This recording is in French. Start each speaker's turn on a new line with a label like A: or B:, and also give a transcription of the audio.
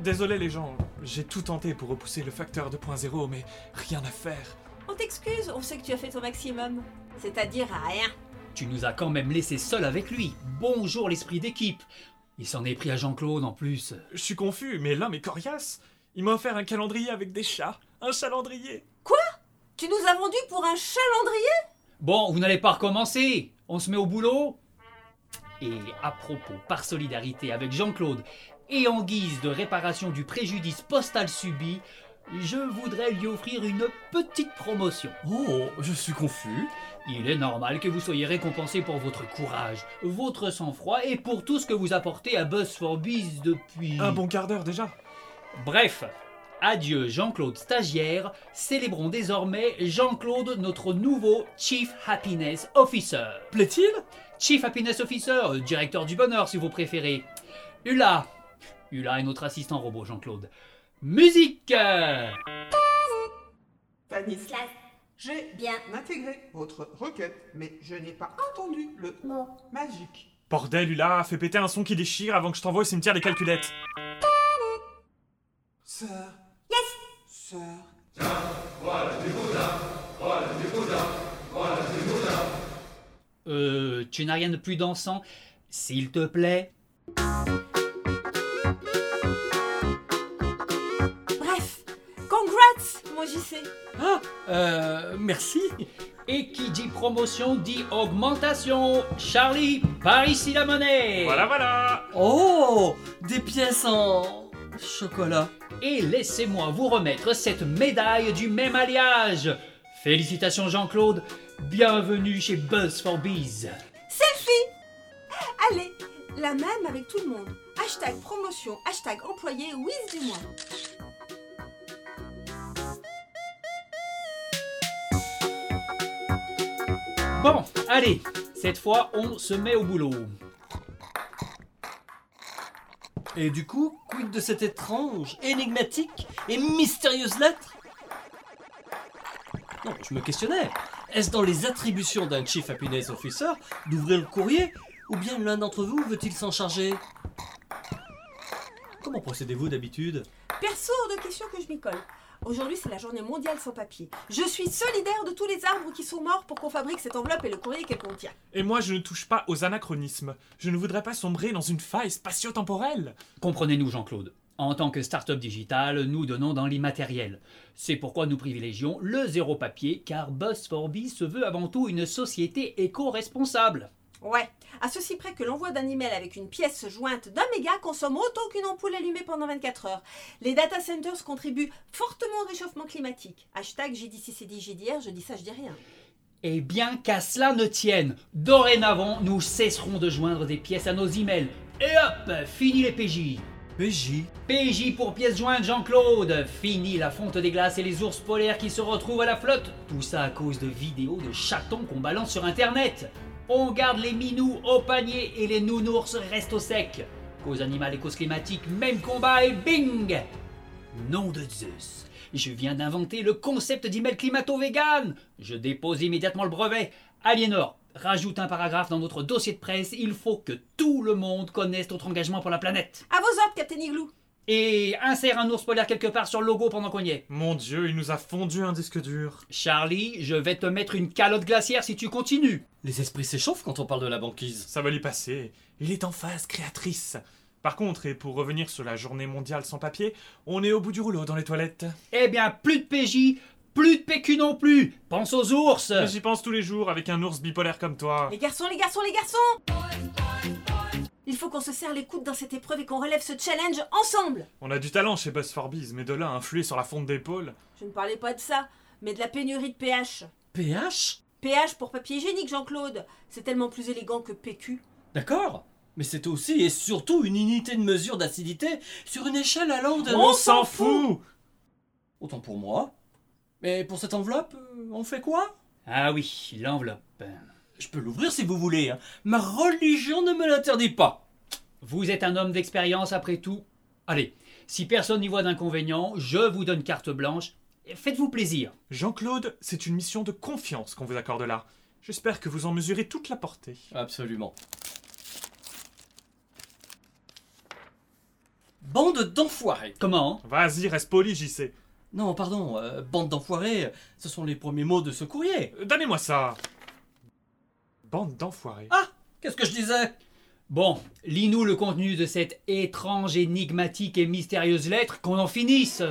A: Désolé les gens, j'ai tout tenté pour repousser le facteur 2.0, mais rien à faire.
B: On t'excuse, on sait que tu as fait ton maximum. C'est-à-dire à rien.
C: Tu nous as quand même laissé seuls avec lui. Bonjour l'esprit d'équipe. Il s'en est pris à Jean-Claude en plus.
A: Je suis confus, mais l'homme est coriace. Il m'a offert un calendrier avec des chats. Un chalandrier.
B: Tu nous as vendu pour un chalandrier
C: Bon, vous n'allez pas recommencer. On se met au boulot. Et à propos, par solidarité avec Jean-Claude et en guise de réparation du préjudice postal subi, je voudrais lui offrir une petite promotion.
D: Oh, je suis confus.
C: Il est normal que vous soyez récompensé pour votre courage, votre sang-froid et pour tout ce que vous apportez à Buzz for Bees depuis.
D: Ah bah,
A: Un bon quart d'heure déjà.
C: Bref, adieu Jean-Claude stagiaire, célébrons désormais Jean-Claude notre nouveau Chief Happiness Officer.
A: Plaît-il
C: Chief Happiness Officer, euh, directeur du bonheur si vous préférez. Hula Hula est notre assistant robot Jean-Claude. Musique
E: Stanislas,
F: J'ai
E: bien.
F: intégré votre requête, mais je n'ai pas entendu le mot magique.
A: Bordel, Hula, fais péter un son qui déchire avant que je t'envoie au cimetière des calculettes.
F: Sœur. Yes Sœur.
C: Euh, tu n'as rien de plus dansant S'il te plaît
B: Bref, congrats, mon JC.
D: Ah, euh, merci.
C: Et qui dit promotion dit augmentation Charlie, par ici la monnaie
A: Voilà, voilà.
D: Oh, des pièces en chocolat.
C: Et laissez-moi vous remettre cette médaille du même alliage Félicitations Jean-Claude, bienvenue chez Buzz for Bees
B: Allez, la même avec tout le monde. Hashtag promotion, hashtag employé, whiz du mois.
C: Bon, allez, cette fois on se met au boulot.
D: Et du coup, quid de cette étrange, énigmatique et mystérieuse lettre Non, je me questionnais. Est-ce dans les attributions d'un Chief Happiness Officer d'ouvrir le courrier Ou bien l'un d'entre vous veut-il s'en charger Comment procédez-vous d'habitude
B: Perso, hors de question que je m'y colle. Aujourd'hui, c'est la journée mondiale sans papier. Je suis solidaire de tous les arbres qui sont morts pour qu'on fabrique cette enveloppe et le courrier qu'elle contient.
A: Et moi, je ne touche pas aux anachronismes. Je ne voudrais pas sombrer dans une faille spatio-temporelle.
C: Comprenez-nous Jean-Claude. En tant que start-up digitale, nous donnons dans l'immatériel. C'est pourquoi nous privilégions le zéro papier, car Buzz for Bees se veut avant tout une société éco-responsable.
B: Ouais, à ceci près que l'envoi d'un email avec une pièce jointe d'un méga consomme autant qu'une ampoule allumée pendant 24 heures. Les data centers contribuent fortement au réchauffement climatique. Hashtag JDCCDJDR, je dis ça, je dis rien.
C: Eh bien, qu'à cela ne tienne, dorénavant, nous cesserons de joindre des pièces à nos emails. Et hop, fini les PJ.
D: PJ
C: PJ pour pièces jointes, Jean-Claude. Fini la fonte des glaces et les ours polaires qui se retrouvent à la flotte. Tout ça à cause de vidéos de chatons qu'on balance sur Internet. On garde les minous au panier et les nounours restent au sec. Cause animale et cause climatique, même combat et bing Nom de Zeus, je viens d'inventer le concept d'email climato-vegan. Je dépose immédiatement le brevet. Aliénor, rajoute un paragraphe dans notre dossier de presse. Il faut que tout le monde connaisse notre engagement pour la planète.
B: À vos ordres, Captain Igloo.
C: Et insère un ours polaire quelque part sur le logo pendant qu'on y est.
A: Mon dieu, il nous a fondu un disque dur.
C: Charlie, je vais te mettre une calotte glaciaire si tu continues.
D: Les esprits s'échauffent quand on parle de la banquise.
A: Ça va lui passer. Il est en phase créatrice. Par contre, et pour revenir sur la journée mondiale sans papier, on est au bout du rouleau dans les toilettes.
C: Eh bien, plus de PJ, plus de PQ non plus. Pense aux ours.
A: Mais J'y pense tous les jours avec un ours bipolaire comme toi.
B: Les garçons, les garçons, les garçons Il faut qu'on se serre les coudes dans cette épreuve et qu'on relève ce challenge ensemble
A: On a du talent chez Buzz for Bees, mais de là à influer sur la fonte d'épaule.
B: Je ne parlais pas de ça, mais de la pénurie de pH.
D: PH
B: pH pour papier hygiénique, Jean-Claude C'est tellement plus élégant que PQ.
D: D'accord mais c'est aussi et surtout une unité de mesure d'acidité sur une échelle allant de...
A: On s'en fout
D: Autant pour moi. Mais pour cette enveloppe, euh, on fait quoi
C: Ah oui, l'enveloppe.
D: Je peux l'ouvrir si vous voulez. hein. Ma religion ne me l'interdit pas.
C: Vous êtes un homme d'expérience après tout. Allez, si personne n'y voit d'inconvénient, je vous donne carte blanche. Faites-vous plaisir.
A: Jean-Claude, c'est une mission de confiance qu'on vous accorde là. J'espère que vous en mesurez toute la portée.
D: Absolument. Bande d'enfoirés.
C: Comment
A: Vas-y, reste poli, JC.
D: Non, pardon, euh, bande d'enfoirés, ce sont les premiers mots de ce courrier.
A: Euh, Donnez-moi ça. Bande d'enfoirés.
D: Ah, Qu'est-ce que je disais
C: Bon, lis-nous le contenu de cette étrange, énigmatique et mystérieuse lettre qu'on en finisse.